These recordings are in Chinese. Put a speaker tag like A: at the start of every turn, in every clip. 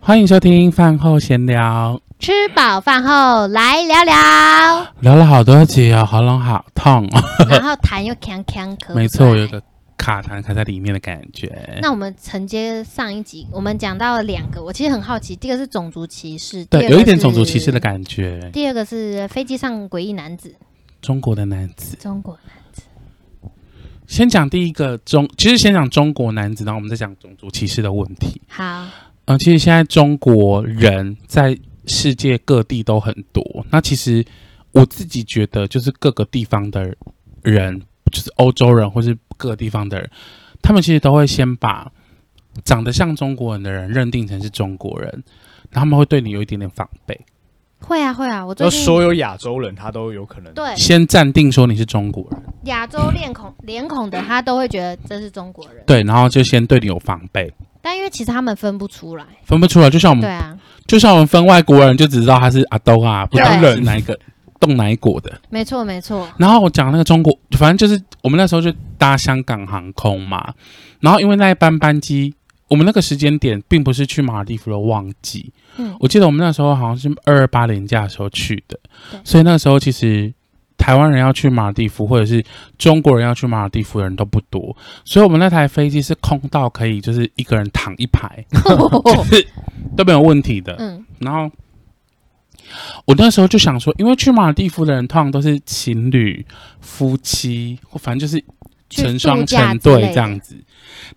A: 欢迎收听饭后闲聊，
B: 吃饱饭后来聊 聊，
A: 聊了好多集哦，喉咙好痛哦。
B: 然后痰又锵锵咳。
A: 没错，我有一。个卡痰卡在里面的感觉。
B: 那我们承接上一集，我们讲到了两个，我其实很好奇，第一个是种族歧视，
A: 对，
B: 第二个
A: 有一点种族歧视的
B: 觉。
A: 感觉。
B: 第二个是飞机上诡异男子，
A: 中国的男子，
B: 中国男
A: 先讲第一个中，其实先讲中国男子，然后我们再讲种族歧视的问题。
B: 好，
A: 嗯、其实现在中国人在世界各地都很多。那其实我自己觉得，就是各个地方的人，就是欧洲人或是各个地方的人，他们其实都会先把长得像中国人的人认定成是中国人，然后他们会对你有一点点防备，
B: 会啊会啊，我最
C: 就
B: 近
C: 所有亚洲人他都有可能。
B: 对
A: 先暂定说你是中国人，
B: 亚洲脸孔脸孔的他都会觉得这是中国人，
A: 对，然后就先对你有防备，
B: 但因为其实他们分不出来，
A: 分不出来。就像我们
B: 对啊，
A: 就像我们分外国人，就只知道他是阿东啊，不知道
B: 洋
A: 是
C: 人
A: 哪一个动哪一国的。
B: 没错没错，
A: 然后我讲那个中国，反正就是我们那时候就搭香港航空嘛，然后因为那一班班机，我们那个时间点并不是去马尔地夫的旺季，
B: 嗯
A: 我记得我们那时候好像是二二八年假的时候去的
B: 对，
A: 所以那个时候其实台湾人要去马尔地夫，或者是中国人要去马尔地夫的人都不多，所以我们那台飞机是空到可以就是一个人躺一排，
B: 哦
A: 就是都没有问题的，
B: 嗯
A: 然后我那时候就想说，因为去马尔地夫的人通常都是情侣、夫妻，或反正就是
B: 去
A: 成
B: 度
A: 双
B: 假
A: 成
B: 之类
A: 对
B: 的
A: 这样子，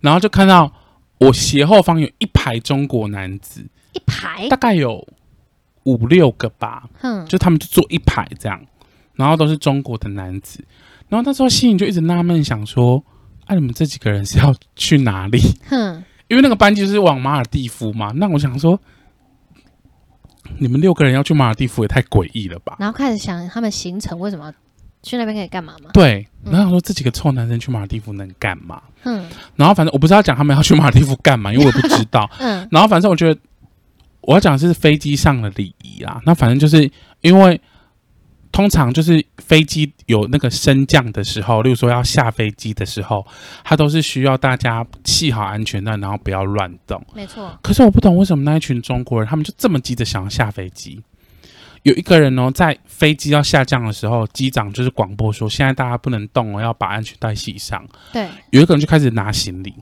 A: 然后就看到我斜后方有一排中国男子，
B: 一排
A: 大，概有五六个吧，
B: 哼，
A: 就他们就坐一排这样，然后都是中国的男子，然后那时候心里就一直纳闷，想说，啊，你们这几个人是要去哪里？
B: 哼，
A: 因为那个班机就是往马尔蒂夫嘛，那我想说，你们六个人要去马尔蒂夫也太诡异了吧？
B: 然后开始想他们行程为什么要去那边可以干嘛嘛，
A: 对，
B: 嗯
A: 然后想说这几个臭男生去马尔蒂夫能干嘛？
B: 哼。
A: 然后反正我不知道讲他们要去马尔蒂夫干嘛，因为我也不知道
B: 嗯。
A: 然后反正我觉得我要讲的是飞机上的礼仪啦，那反正就是因为通常就是飞机有那个升降的时候，例如说要下飞机的时候，它都是需要大家系好安全带，然后不要乱动。
B: 没错，
A: 可是我不懂为什么那一群中国人，他们就这么急着想要下飞机。有一个人哦，在飞机要下降的时候，机长就是广播说：“现在大家不能动哦，要把安全带系上。
B: 对，”
A: 有一个人就开始拿行李，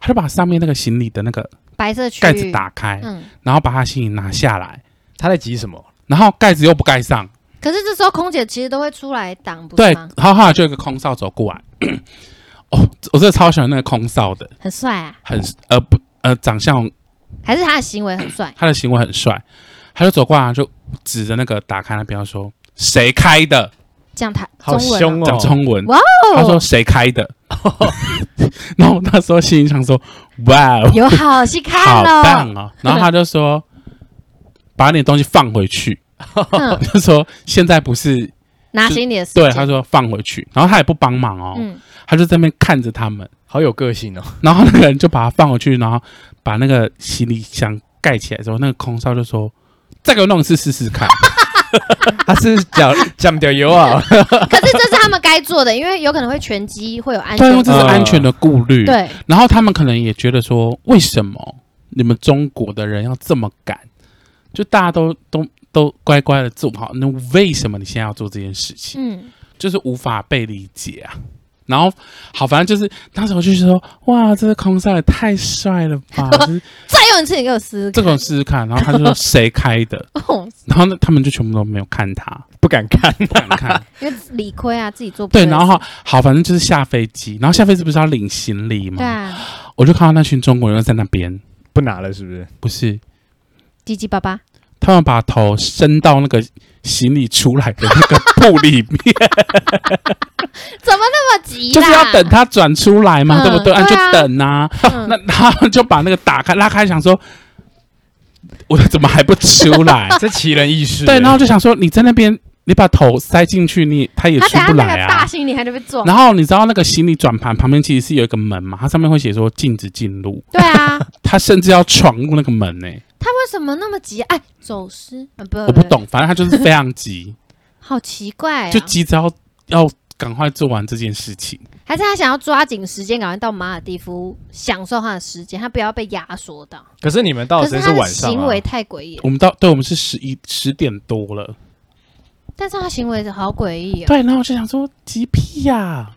A: 他就把上面那个行李的那个
B: 白色区域
A: 盖子，打开，
B: 嗯，
A: 然后把他行李拿下来，
C: 他在急什么？
A: 然后盖子又不盖上。
B: 可是这时候空姐其实都会出来挡，不
A: 对
B: 是吗？，
A: 然后后来就有一个空少走过来， 哦，我真的超喜欢那个空少的，
B: 很帅啊，
A: 很呃不呃长相？
B: 还是他的行为很帅
A: 他的行为很帅，他就走过来就指着那个打开那边说：“谁开的
B: 讲台
C: 好
B: 中文
C: 凶
B: 啊、？”
C: 哦！
A: 讲中文，
B: 哇
A: 他说：“
B: 哦，
A: 谁开的？” 然后我那时候心里想说：“哇哦，
B: 有好戏
A: 好
B: 看
A: 棒
B: 喽！
A: 哦！”然后他就说：“把你的东西放回去。”
B: 嗯
A: 就说现在不是
B: 拿行李的时间，
A: 对，他说放回去，然后他也不帮忙哦，
B: 嗯，
A: 他就在那边看着他们，
C: 好有个性哦。
A: 然后那个人就把他放回去，然后把那个行李箱盖起来之后，那个空少就说：“再给我弄一次试试看。”
C: 他是讲讲掉油 啊，
B: 可是这是他们该做的，因为有可能会拳击，会有安
A: 对，因
B: 全
A: 为这是
C: 嗯
A: 安全的顾虑。，
B: 哎对，
A: 然后他们可能也觉得说，为什么你们中国的人要这么赶？就大家都都都乖乖的做好，那为什么你现在要做这件事情？
B: 嗯，
A: 就是无法被理解啊。然后好，反正就是当时我就是说，哇，这个空少也太帅了 吧！就是
B: 再用一次你给我撕
A: 这个试试看。然后他就说谁开 的？
B: 哦，
A: 然后呢，他们就全部都没有看他，
C: 不敢看。
A: 不敢看。
B: 因为理亏啊，自己做不
A: 对，
B: 的
A: 然后好，反正就是下飞机，然后下飞机不是要领行李
B: 事
A: 吗？
B: 对啊，
A: 我就看到那群中国人在那边，
C: 不拿了是不是？
A: 不是
B: 唧唧 巴巴，
A: 他们把头伸到那个行李出来的那个布里 面，
B: 怎么那么急啦？
A: 就是要等它转出来嘛，
B: 嗯
A: 对不对？啊，
B: 对
A: 就
B: 啊
A: 等啊。
B: 嗯
A: 那 他们就把那个打开拉开，想说，我怎么还不出 来？
C: 这奇人异事。
A: 对，然后就想说你在那边，你把头塞进去，你他也
B: 他
A: 出
B: 等下
A: 不
B: 那
A: 来
B: 个
A: 啊
B: 大。行李还在被撞，
A: 然后你知道那个行李转盘旁边其实是有一个门嘛，它上面会写说禁止进入，
B: 对啊，
A: 他甚至要闯入那个门呢、
B: 他为什么那么急？哎，走失，啊、不，
A: 我不，懂，反正他就是 非常急。
B: 好奇怪、啊，
A: 就急着要要赶快做完这件事情。
B: 还是他想要抓紧时间，赶快到马尔蒂夫享受他的时间，他不要被压缩到。
C: 可是你们到
B: 可
C: 的
B: 是
C: 时
B: 他
C: 间
B: 的
C: 晚上、
B: 行
C: 啊，
B: 为太诡异了，
A: 我们到对，我们是十一十点多了，
B: 但是他行为好诡异哦。
A: 对，然后我就想说急屁呀、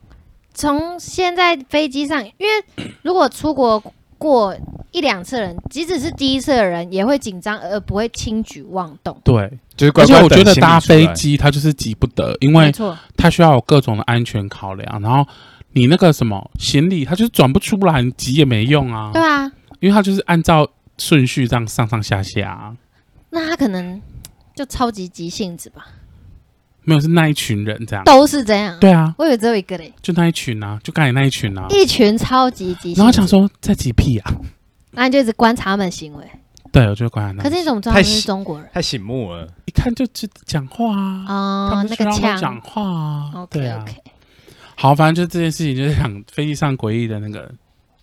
B: 从现在飞机上，因为如果出国过一两次的人，即使是第一次的人，也会紧张而不会轻举妄动。
A: 对，
C: 就是乖
A: 而且
C: 乖
A: 我觉
C: 等
A: 得
C: 行李
A: 搭
C: 出来
A: 飞机它就是急不得，因
B: 没
A: 为哦
B: 错，
A: 它需要有各种的安全考量，然后你那个什么行李它就是转不出来，你急也没用啊
B: 对，啊，
A: 因为它就是按照顺序这样上上下下啊、
B: 那他可能就超级急性子吧，
A: 没有是那一群人这样，
B: 都是这样。
A: 对啊，
B: 我以为只有一个嘞，
A: 就那一群啊，就刚才那一群啊，
B: 一群超级急性子。
A: 然后想，说在急屁啊，
B: 那你就一直观察他们行为。
A: 对，我就管他
B: 可
A: 那一
B: 是你
A: 群，
B: 怎么知道他们
C: 太
B: 是
C: 喜
B: 中国人？
C: 太醒目了，
A: 一看就是讲话啊。他
B: 哦
A: 们，
B: 那
A: 需
B: 个
A: 要会讲
B: 腔。
A: 话啊，对
B: OK
A: 啊，
B: OK，
A: 好，反正就这件事情，就是讲飞机上诡异的那个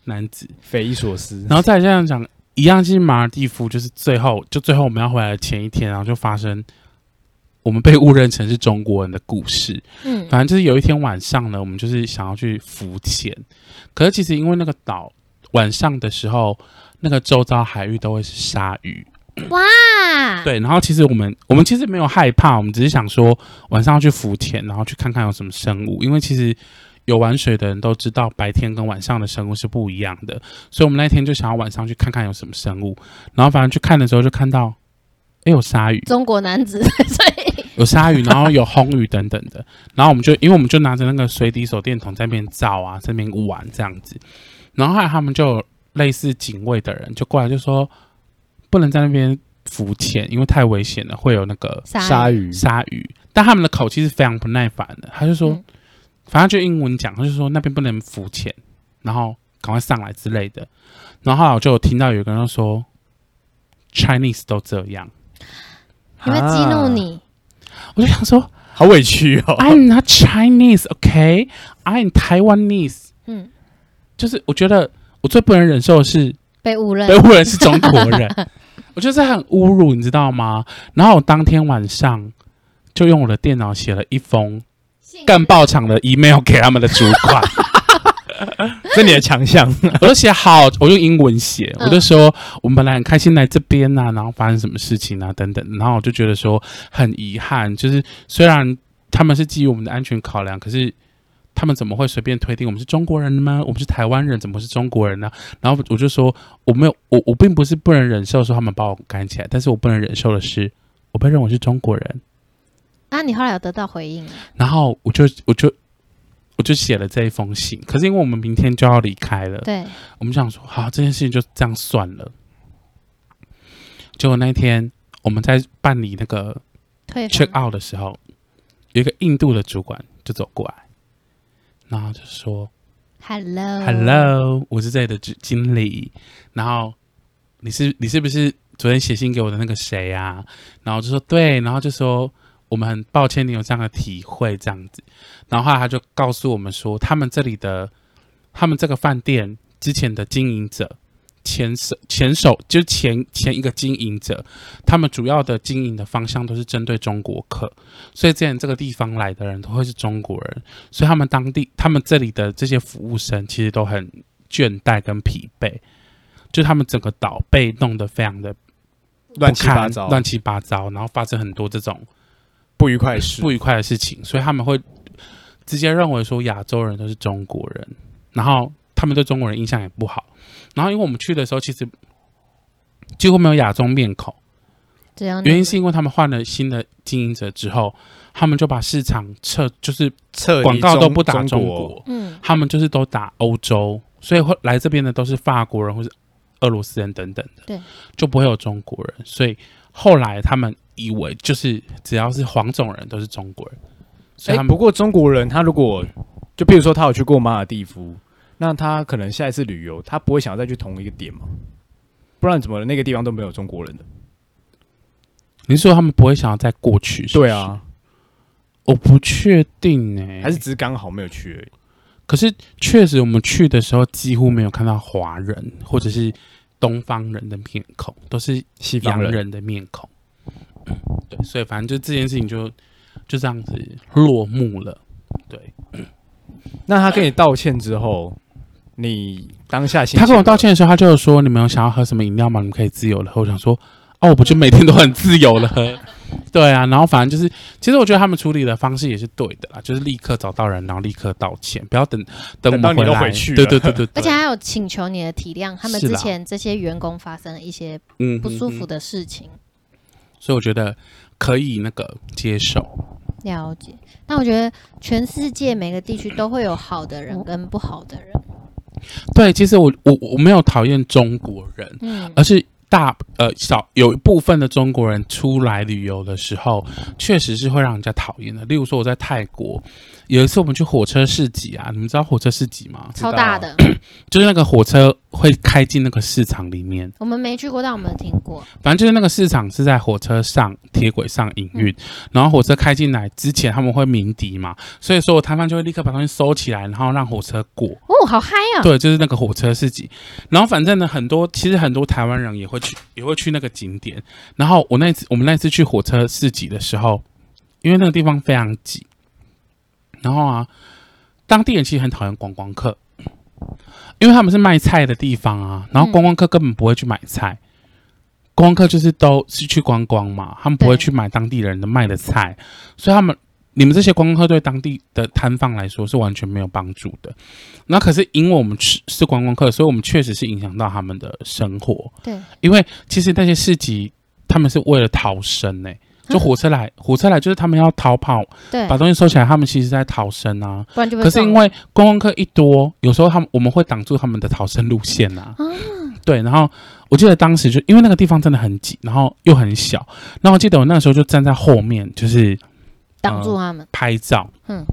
A: 男子，
C: 匪夷所思。
A: 然后再这样讲，一样是马尔蒂夫，就是最后就最后我们要回来的前一天，然后就发生我们被误认成是中国人的故事。
B: 嗯，
A: 反正就是有一天晚上呢，我们就是想要去浮潜，可是其实因为那个岛晚上的时候，那个周遭海域都会是鲨鱼，
B: 哇，
A: 对，然后其实我们我们其实没有害怕，我们只是想说晚上要去浮潜，然后去看看有什么生物，因为其实有玩水的人都知道白天跟晚上的生物是不一样的，所以我们那天就想要晚上去看看有什么生物，然后反正去看的时候就看到。哎，有鲨鱼，
B: 中国男子， 所以
A: 有鲨鱼，然后有红鱼等等的。然后我们就，因为我们就拿着那个水底手电筒在那边照啊，在那边玩这样子。然后后来他们就有类似警卫的人就过来就说，不能在那边浮潜，因为太危险了，会有那个
B: 鲨鱼
C: 鱼
A: 鲨鱼。但他们的口气是非常不耐烦的，他就说，
B: 嗯
A: 反正就英文讲，他就说那边不能浮潜，然后赶快上来之类的。然后后来我就有听到有个人说，Chinese 都这样，
B: 有没有激怒
C: 啊？
B: 你？
A: 我就想说。
C: 好委屈 哦。
A: I'm not Chinese, OK? I'm Taiwanese。
B: 嗯，
A: 就是我觉得我最不能忍受的是
B: 被误认
A: 被。误人是中国人，我觉得这很侮辱，你知道吗？然后我当天晚上就用我的电脑写了一封干爆厂的 email 给他们的主管，
C: 这你的强项，
A: 我就写好，我用英文写，
B: 嗯
A: 我就说我们本来很开心来这边呐、然后发生什么事情啊等等，然后我就觉得说很遗憾，就是虽然他们是基于我们的安全考量，可是他们怎么会随便推定我们是中国人呢？我们是台湾人，怎么会是中国人呢？然后我就说我没有，我我并不是不能忍受说他们把我赶起来，但是我不能忍受的是我被认为是中国人。
B: 那啊你后来有得到回应吗？
A: 然后我就我就我就写了这一封信，可是因为我们明天就要离开了，
B: 对，
A: 我们想说，好，这件事情就这样算了。结果那一天我们在办理那个
B: 退
A: check
B: 房
A: out 的时候，有一个印度的主管就走过来，然后就说
B: Hello
A: ：“Hello，我是这里的经经理。然后你是你是不是昨天写信给我的那个谁啊？”然后我就说：“对。”然后就说：“我们很抱歉你有这样的体会，这样子。”然后后来他就告诉我们说，他们这里的他们这个饭店之前的经营者。前手前手就是前前一个经营者，他们主要的经营的方向都是针对中国客，所以之前这个地方来的人都会是中国人，所以他们当地他们这里的这些服务生其实都很倦怠跟疲惫，就他们整个岛被弄得非常的
C: 乱七
A: 不
C: 八
A: 堪
C: 糟，
A: 乱七八糟，然后发生很多这种
C: 不愉快的事。
A: 不愉快的事情，所以他们会直接认为说亚洲人都是中国人，然后他们对中国人印象也不好。然后因为我们去的时候，其实几乎没有亚洲面孔，
B: 只
C: 嗯
B: 有你
A: 原因是因为他们换了新的经营者之后，他们就把市场撤，就是
C: 彻底
A: 广告都不打
C: 中
A: 中
C: 国，
A: 国，
B: 嗯，
A: 他们就是都打欧洲，所以会来这边的都是法国人或是俄罗斯人等等的，
B: 对，
A: 就不会有中国人。所以后来他们以为就是只要是黄种人都是中国人，所以他
C: 哎，
A: 们、
C: 不过中国人他如果就比如说他有去过马尔蒂夫，那他可能下一次旅游，他不会想要再去同一个点嘛？不然怎么那个地方都没有中国人的？
A: 你说他们不会想要再过去是不是
C: 对，啊，
A: 我不确定哎、
C: 还是只是刚好没有去而已。
A: 可是确实我们去的时候几乎没有看到华人或者是东方人的面孔，都是
C: 西
A: 洋
C: 方人
A: 人的面孔。嗯对，所以反正就这件事情就就这样子落幕了。对，
C: 那他跟你道歉之后，你当下心情
A: 他跟我道歉的时候，他就有说：“你们有想要喝什么饮料吗？你们可以自由的喝。”我想说：“哦，我不就每天都很自由的喝？” 对啊，然后反正就是，其实我觉得他们处理的方式也是对的啦，就是立刻找到人，然后立刻道歉，不要等等我
C: 等到
A: 们
C: 你
A: 回
C: 都
A: 来。
C: 回去了
A: 对对对对对，
B: 而且还有请求你的体谅，他们
A: 是
B: 之
A: 啦
B: 前这些员工发生了一些
A: 嗯
B: 不舒服
A: 的，
B: 的事情，
A: 所以我觉得可以那个接受。
B: 了解。那我觉得全世界每个地区都会有好的人跟不好的人，
A: 对，其实我我我没有讨厌中国人，
B: 嗯，
A: 而是大呃少有一部分的中国人出来旅游的时候，确实是会让人家讨厌的。例如说我在泰国，有一次我们去火车市集啊，你们知道火车市集吗？
B: 超大的，
A: 就是那个火车会开进那个市场里面，
B: 我们没去过，但我们有听过，
A: 反正就是那个市场是在火车上铁轨上营运，
B: 嗯
A: 然后火车开进来之前他们会鸣笛嘛，所以说我摊贩就会立刻把东西收起来，然后让火车过。
B: 哦，好嗨啊！
A: 对，就是那个火车市集。然后反正呢，很多其实很多台湾人也会去，也会去那个景点。然后我那一次我们那次去火车市集的时候，因为那个地方非常挤，然后啊，当地人其实很讨厌观光客，因为他们是卖菜的地方啊，然后观光客根本不会去买菜。观光客就是都是去观光嘛，他们不会
B: 对
A: 去买当地人的卖的菜，所以他们你们这些观光客对当地的摊贩来说是完全没有帮助的。那可是因为我们是是观光客，所以我们确实是影响到他们的生活。
B: 对，
A: 因为其实那些市集，他们是为了逃生呢、就火车来，火车来就是他们要逃跑，
B: 对，
A: 把东西收起来，他们其实在逃生啊。
B: 不然就被
A: 可是因
B: 撞
A: 为观光客一多，有时候他们我们会挡住他们的逃生路线呐、啊。对，然后我记得当时就因为那个地方真的很挤，然后又很小，然后我记得我那时候就站在后面，就是
B: 挡住他们，
A: 拍照。
B: 嗯，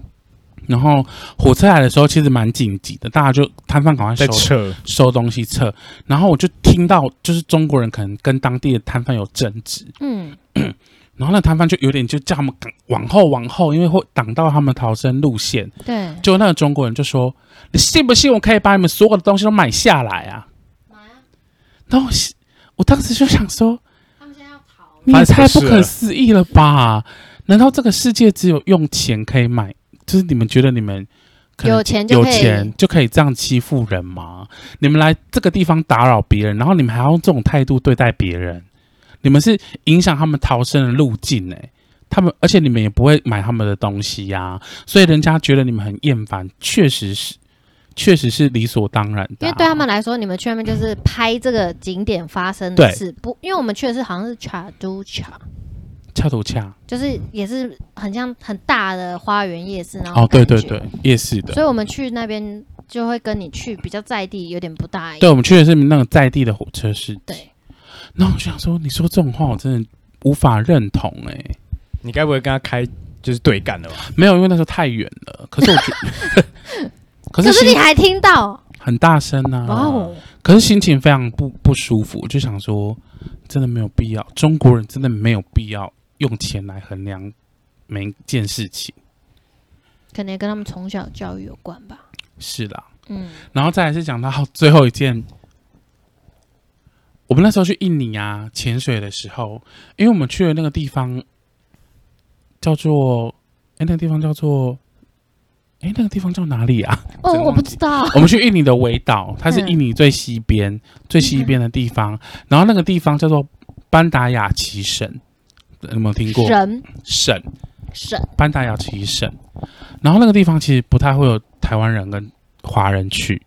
A: 然后火车来的时候，其实蛮紧急的，大家就摊贩赶快
C: 在
A: 收
C: 扯，
A: 收东西撤，然后我就听到就是中国人可能跟当地的摊贩有争执，
B: 嗯，
A: 然后那摊贩就有点就叫他们赶往后往后，因为会挡到他们逃生路线。
B: 对，
A: 结果那个中国人就说：“你信不信我可以把你们所有的东西都买下来啊？”然后我心我当时就想说，你也太不可思议了吧？难道这个世界只有用钱可以买？就是你们觉得你们可能
B: 有钱就
A: 有
B: 可以
A: 钱就可以这样欺负人吗？你们来这个地方打扰别人，然后你们还要用这种态度对待别人，你们是影响他们逃生的路径哎、他们，而且你们也不会买他们的东西呀、所以人家觉得你们很厌烦，确实是，确实是理所当然的啊、
B: 因为对他们来说，你们去那边就是拍这个景点发生的
A: 对
B: 事，不，因为我们去的是好像是卡都卡，
A: 恰图恰
B: 就是也是很像很大的花园夜市那种
A: 哦，对
B: 感
A: 对
B: 觉
A: 对，夜市的，
B: 所以我们去那边就会跟你去比较在地，有点不大一
A: 对
B: 样。
A: 我们去的是那个在地的火车市集。
B: 对，
A: 然后我就想说，你说这种话我真的无法认同哎、
C: 你该不会跟他开就是对干了吧？
A: 没有，因为那时候太远了。可是我觉 可
B: 可
A: 是啊
B: 是你
A: 心
B: 还听到
A: 很大声呐、
B: 哇哦，
A: 可是心情非常不不舒服，我就想说，真的没有必要，中国人真的没有必要用钱来衡量每一件事情。
B: 可能也跟他们从小教育有关吧。
A: 是啦，
B: 嗯，
A: 然后再来是讲到最后一件，我们那时候去印尼啊潜水的时候，因为我们去的那个地方叫做，哎，那个地方叫做，哎，那个地方叫哪里啊？
B: 哦，
A: 真的
B: 我不
A: 忘
B: 知道，
A: 我们去印尼的维岛，它是
B: 嗯
A: 印尼最西边、最西边的地方，然后那个地方叫做班达雅奇省，你有没有听过？
B: 神
A: 省
B: 神
A: 班达雅奇省，然后那个地方其实不太会有台湾人跟华人去，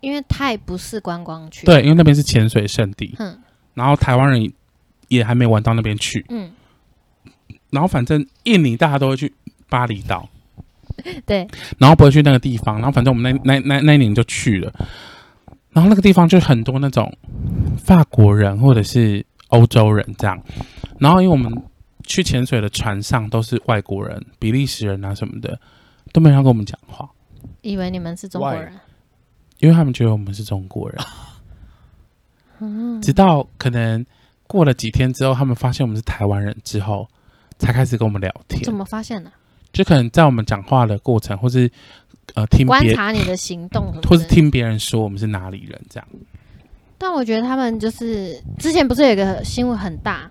B: 因为太不是观光区。，
A: 对，因为那边是潜水圣地，
B: 嗯
A: 然后台湾人也还没玩到那边去，
B: 嗯，
A: 然后反正印尼大家都会去巴厘岛，
B: 对，
A: 然后不会去那个地方，然后反正我们那那那那一年就去了，然后那个地方就很多那种法国人或者是欧洲人这样，然后因为我们去潜水的船上都是外国人、比利时人啊什么的，都没人要跟我们讲话，
B: 以为你们是中国
C: Why？
B: 人。
A: 因为他们觉得我们是中国人。
B: 啊
A: 直到可能过了几天之后，他们发现我们是台湾人之后，才开始跟我们聊天。
B: 怎么发现的？
A: 就可能在我们讲话的过程，或是呃听
B: 观
A: 别，
B: 察你的行动什么
A: 或是
B: 的
A: 听别人说我们是哪里人这样。
B: 但我觉得他们就是之前不是有一个新闻很大，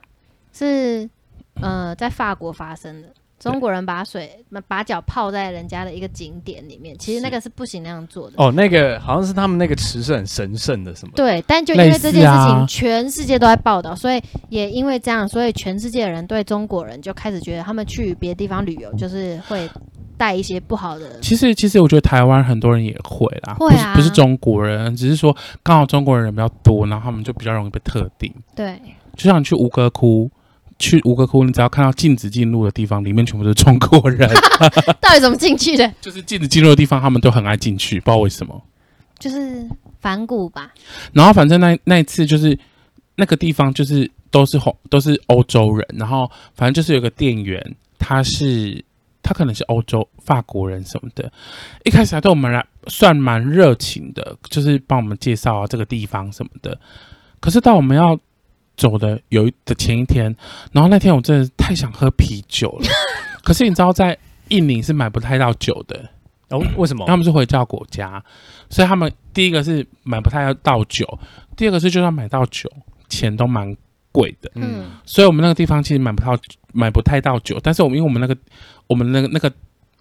B: 是呃在法国发生的，中国人把水把脚泡在人家的一个景点里面，其实那个是不行那样做的。
C: 哦，那个好像是他们那个池是很神圣的什么的，
B: 对，但就因为
A: 类
B: 这件
A: 似
B: 事
A: 啊
B: 情，全世界都在报道，所以也因为这样，所以全世界的人对中国人就开始觉得他们去别的地方旅游，就是会带一些不好的。
A: 其实，其实我觉得台湾很多人也会啦，
B: 会啊
A: 不是不是中国人，只是说刚好中国人比较多，然后他们就比较容易被特定。
B: 对，
A: 就像你去吴哥窟，去吴哥窟，你只要看到禁止进入的地方，里面全部都是中国 人，
B: 到底怎么进去的？
A: 就是禁止进入的地方，他们都很爱进去，不知道为什么。
B: 就是反骨吧。
A: 然后反正那那一次就是那个地方就是都是红都是欧洲人，然后反正就是有个店员，他是他可能是欧洲法国人什么的，一开始还对我们来算蛮热情的，就是帮我们介绍啊这个地方什么的。可是到我们要走的有一的前一天，然后那天我真的是太想喝啤酒了，可是你知道在印尼是买不太到酒的，
C: 哦，为什么？
A: 他们是回教国家，所以他们第一个是买不太到酒，第二个是就算买到酒，钱都蛮贵的。
B: 嗯，
A: 所以我们那个地方其实买不到买不太到酒，但是我们因为我们那个我们那个那个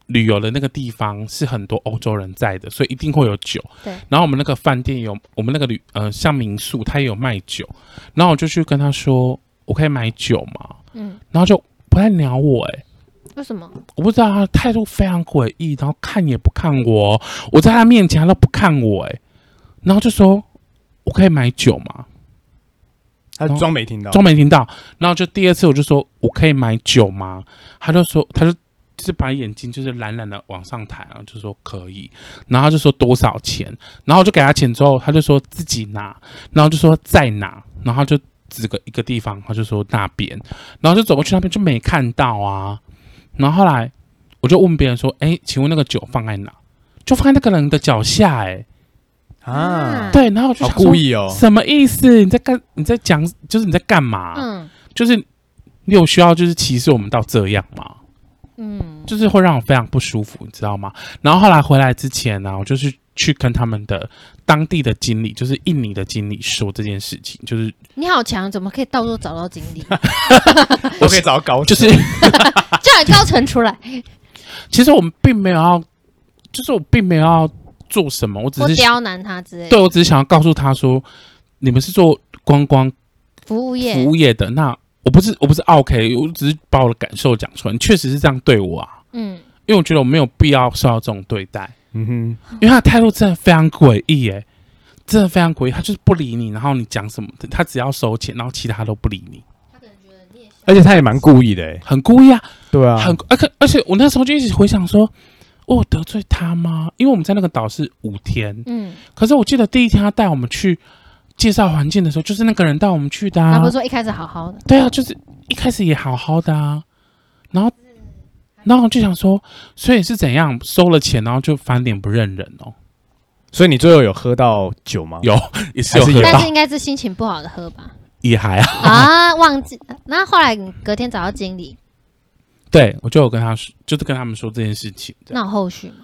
A: 旅游的那个地方是很多欧洲人在的，所以一定会有酒。
B: 对
A: 然后我们那个饭店有我们那个旅呃像民宿，它也有卖酒，然后我就去跟他说我可以买酒嘛，
B: 嗯，
A: 然后就不太鸟我哎、欸
B: 为什么？
A: 我不知道他的态度非常诡异，然后看也不看我，我在他面前他都不看我、欸，然后就说我可以买酒吗？
C: 他装没听到，
A: 装没听到，然后就第二次我就说我可以买酒吗？他就说他就就是把眼睛就是懒懒的往上抬，然后就说可以，然后他就说多少钱，然后我就给他钱之后，他就说自己拿，然后就说在哪，然后他就指个一个地方，他就说那边，然后就走过去那边就没看到啊，然后后来我就问别人说，哎，请问那个酒放在哪？就放在那个人的脚下、欸，
C: 啊，
A: 哎，对，然后我就
C: 好
A: 想说
C: 故意哦，
A: 什么意思？你在干？你在讲？就是你在干嘛？
B: 嗯
A: 就是你有需要就是歧视我们到这样吗？
B: 嗯，
A: 就是会让我非常不舒服，你知道吗？然后后来回来之前呢、我就是去跟他们的当地的经理，就是印尼的经理说这件事情，就是
B: 你好强，怎么可以到处找到经理？
C: 我可以找到高
A: 就是
B: 叫你高层出来，
A: 其实我们并没有要，就是我并没有要做什么，我 只
B: 或
A: 是
B: 刁难他之类的。
A: 对我只是想要告诉他说，你们是做观光
B: 服务业
A: 服，务业的，那我不是我不是 OK，我只是把我的感受讲出来，你确实是这样对我啊，
B: 嗯，
A: 因为我觉得我没有必要受到这种对待。
C: 嗯
A: 因为他的态度真的非常诡异，哎，真的非常诡异，他就是不理你，然后你讲什么，他只要收钱，然后其他都不理你，
C: 哼，而且他也蛮故意的，哎，
A: 很故意啊，
C: 对啊，
A: 很，而且而且我那时候就一直回想说，我有得罪他吗？因为我们在那个岛是五天，
B: 嗯，
A: 可是我记得第一天他带我们去介绍环境的时候，就是那个人带我们去的
B: 他
A: 啊
B: 不是，说一开始好好的，
A: 对啊，就是一开始也好好的啊，然后。
B: 嗯
A: 然后我就想说，所以是怎样收了钱，然后就翻脸不认人哦？
C: 所以你最后有喝到酒吗？
A: 有，也是有
C: 还是
A: 喝
C: 有
A: 到
B: 但是应该是心情不好的喝吧？
A: 也还
B: 啊，忘记。那后来你隔天找到经理，
A: 对，我就有跟他说，就是跟他们说这件事情，这样
B: 那有后续吗？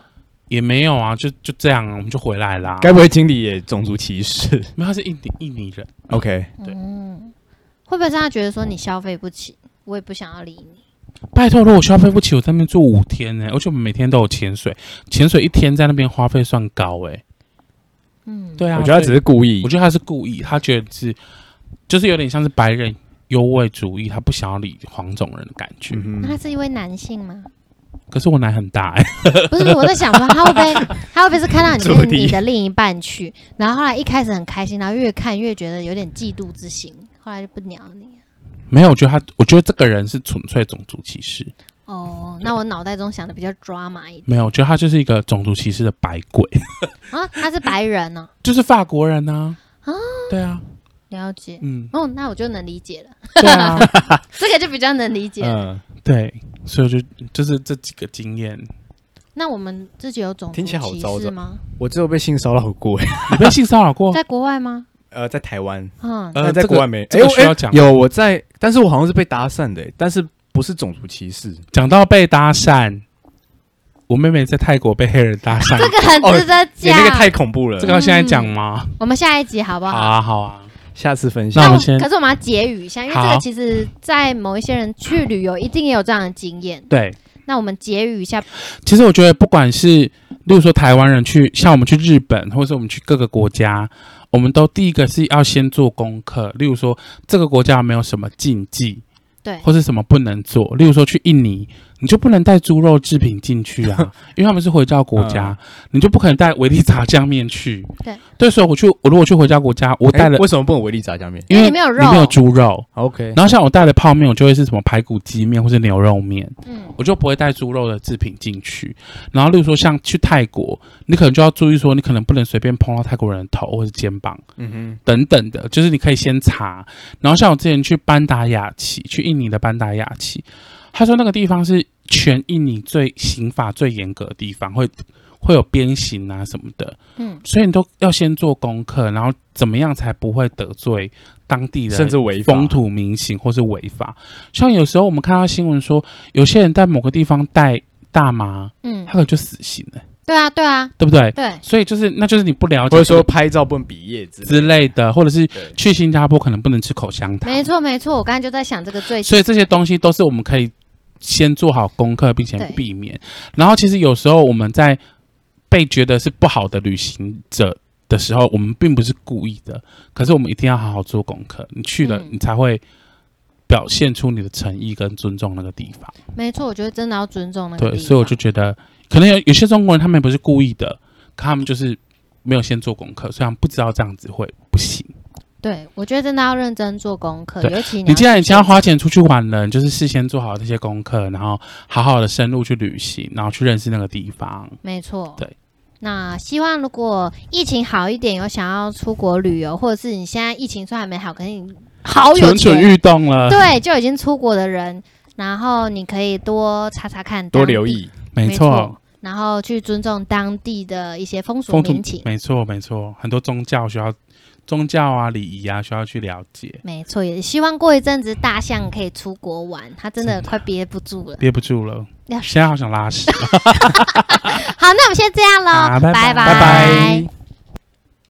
A: 也没有啊，就就这样啊，我们就回来啦。
C: 该不会经理也种族歧视
A: 没有，他是印尼印尼人，
C: ？OK，
A: 对
B: 嗯，会不会让他觉得说你消费不起，我也不想要理你？
A: 拜托，如果消费不起，我在那边住五天呢、而且我们每天都有潜水，潜水一天在那边花费算高哎、
B: 嗯，
A: 对啊，
C: 我觉得他只
A: 是，
C: 是故意
A: 我，觉得他是故意，他觉得是，就是有点像是白人优惠主义，他不想要理黄种人的感觉。
C: 嗯
B: 那
C: 哼
B: 他是一位男性吗？
A: 可是我奶很大哎、
B: 不是，我在想说他会 不会，他会不会是看到你
C: 注
B: 跟
C: 定
B: 你的另一半去，然后后来一开始很开心，然后越看越觉得有点嫉妒之心，后来就不鸟你。
A: 没有，我觉得他，我觉得这个人是纯粹种族歧视，
B: 哦，那我脑袋中想的比较抓马一点
A: 没有，我觉得他就是一个种族歧视的白鬼，
B: 啊，他是白人呢、
A: 就是法国人呐、啊。
B: 啊
A: 对啊，
B: 了解。
A: 嗯。
B: 哦，那我就能理解了，
A: 对啊，
B: 这个就比较能理解。
C: 嗯，
A: 对，所以我就就是这几个经验。
B: 那我们自己有种族
C: 听起来好
B: 歧
C: 糟
B: 视吗？
C: 我只有被性骚扰 过，哎，
A: 你被性骚扰过？
B: 在国外吗？
C: 呃，在台湾，
B: 嗯，
A: 呃
C: 但在
A: 这个
C: 国外没，
A: 这个
C: 哎我
A: 需要
C: 哎
A: 讲
C: 有我在，但是我好像是被搭讪的，哎但是不是种族歧视，
A: 讲到被搭讪，我妹妹在泰国被黑人搭讪，
B: 这个很值得
C: 哎
B: 讲。
C: 那个太恐怖了
A: 这，个要现在讲吗？
B: 我们下一集好不
A: 好啊，好啊，
C: 下次分
A: 那
C: 享
A: 我
B: 那
A: 们
B: 我
A: 先
B: 可是我们要结语一下，因为这
A: 好
B: 个其实，在某一些人去旅游，一定也有这样的经验。
A: 对，
B: 那我们结语一下，
A: 其实我觉得，不管是例如说台湾人去，像我们去日本，或者是我们去各个国家，我们都第一个是要先做功课。例如说，这个国家有没有什么禁忌，
B: 对
A: 或是什么不能做？例如说去印尼，你就不能带猪肉制品进去 啊，因为他们是回教国家，你就不可能带维力炸酱面去。
B: 对，
A: 对，所以我去，我如果去回教国家，我带
C: 哎
A: 了，
C: 为什么不能维力炸酱面
A: 因
B: 因
A: 为
B: 为哎没有
A: 里面有
B: 肉
A: 猪肉，
C: ？OK，
A: 然后像我带了泡面，我就会是什么排骨鸡面或是牛肉面。
B: 嗯，
A: 我就不会带猪肉的制品进去。然后，例如说像去泰国，你可能就要注意说，你可能不能随便碰到泰国人的头或者肩膀
C: 嗯
A: 等等的，就是你可以先查。然后，像我之前去班达雅奇，去印尼的班达雅奇，他说那个地方是全印尼最刑法最严格的地方，会会有鞭刑啊什么的。
B: 嗯，
A: 所以你都要先做功课，然后怎么样才不会得罪当地
C: 哼，
A: 人，
C: 甚至违法
A: 风土民情或是违法。像有时候我们看到新闻说，有些人在某个地方带大麻，
B: 嗯
A: 他，可能就死刑了，
B: 对啊，对啊，
A: 对不对？
B: 对，
A: 所以就是，那就是你不了解，
C: 或者说拍照不能比耶之类的
A: 之类的，或者是
C: 对
A: 去新加坡可能不能吃口香糖
B: 没，错没错，我刚才就在想这个最
A: 所以这些东西都是我们可以先做好功课，并且
B: 对
A: 避免。然后其实有时候我们在被觉得是不好的旅行者的时候，我们并不是故意的，可是我们一定要好好做功课。你去了，
B: 嗯
A: 你才会表现出你的诚意跟尊重那个地方。
B: 没错，我觉得真的要尊重那个地
A: 对，
B: 方。
A: 所以我就觉得，可能有有些中国人他们也不是故意的，可他们就是没有先做功课，所以他们不知道这样子会不行。
B: 对我觉得真的要认真做功课，
A: 对
B: 尤其
A: 你既然已经要
B: 花。
A: 花钱出去玩了，你就是事先做好这些功课，然后好好的深入去旅行，然后去认识那个地方。
B: 没错，
A: 对。
B: 那希望如果疫情好一点，有想要出国旅游，或者是你现在疫情虽然没好，可是你好哦有
A: 蠢蠢
B: 钱，
A: 欲动了，
B: 对，就已经出国的人，然后你可以多查查看，
C: 多留，意。
A: 没
B: 没
A: 错
B: 错，然后去尊重当地的一些风俗
A: 风土
B: 民情。
A: 没错没错，很多宗教需要宗教啊礼仪啊需要去了解，
B: 没错，也希望过一阵子大象可以出国玩，它真的
A: 真的
B: 快憋不住了。
A: 憋不住了，
B: 要
A: 现在好想拉屎。
B: 好，那我们先这样喽，
A: 好拜拜
B: 拜
A: 拜拜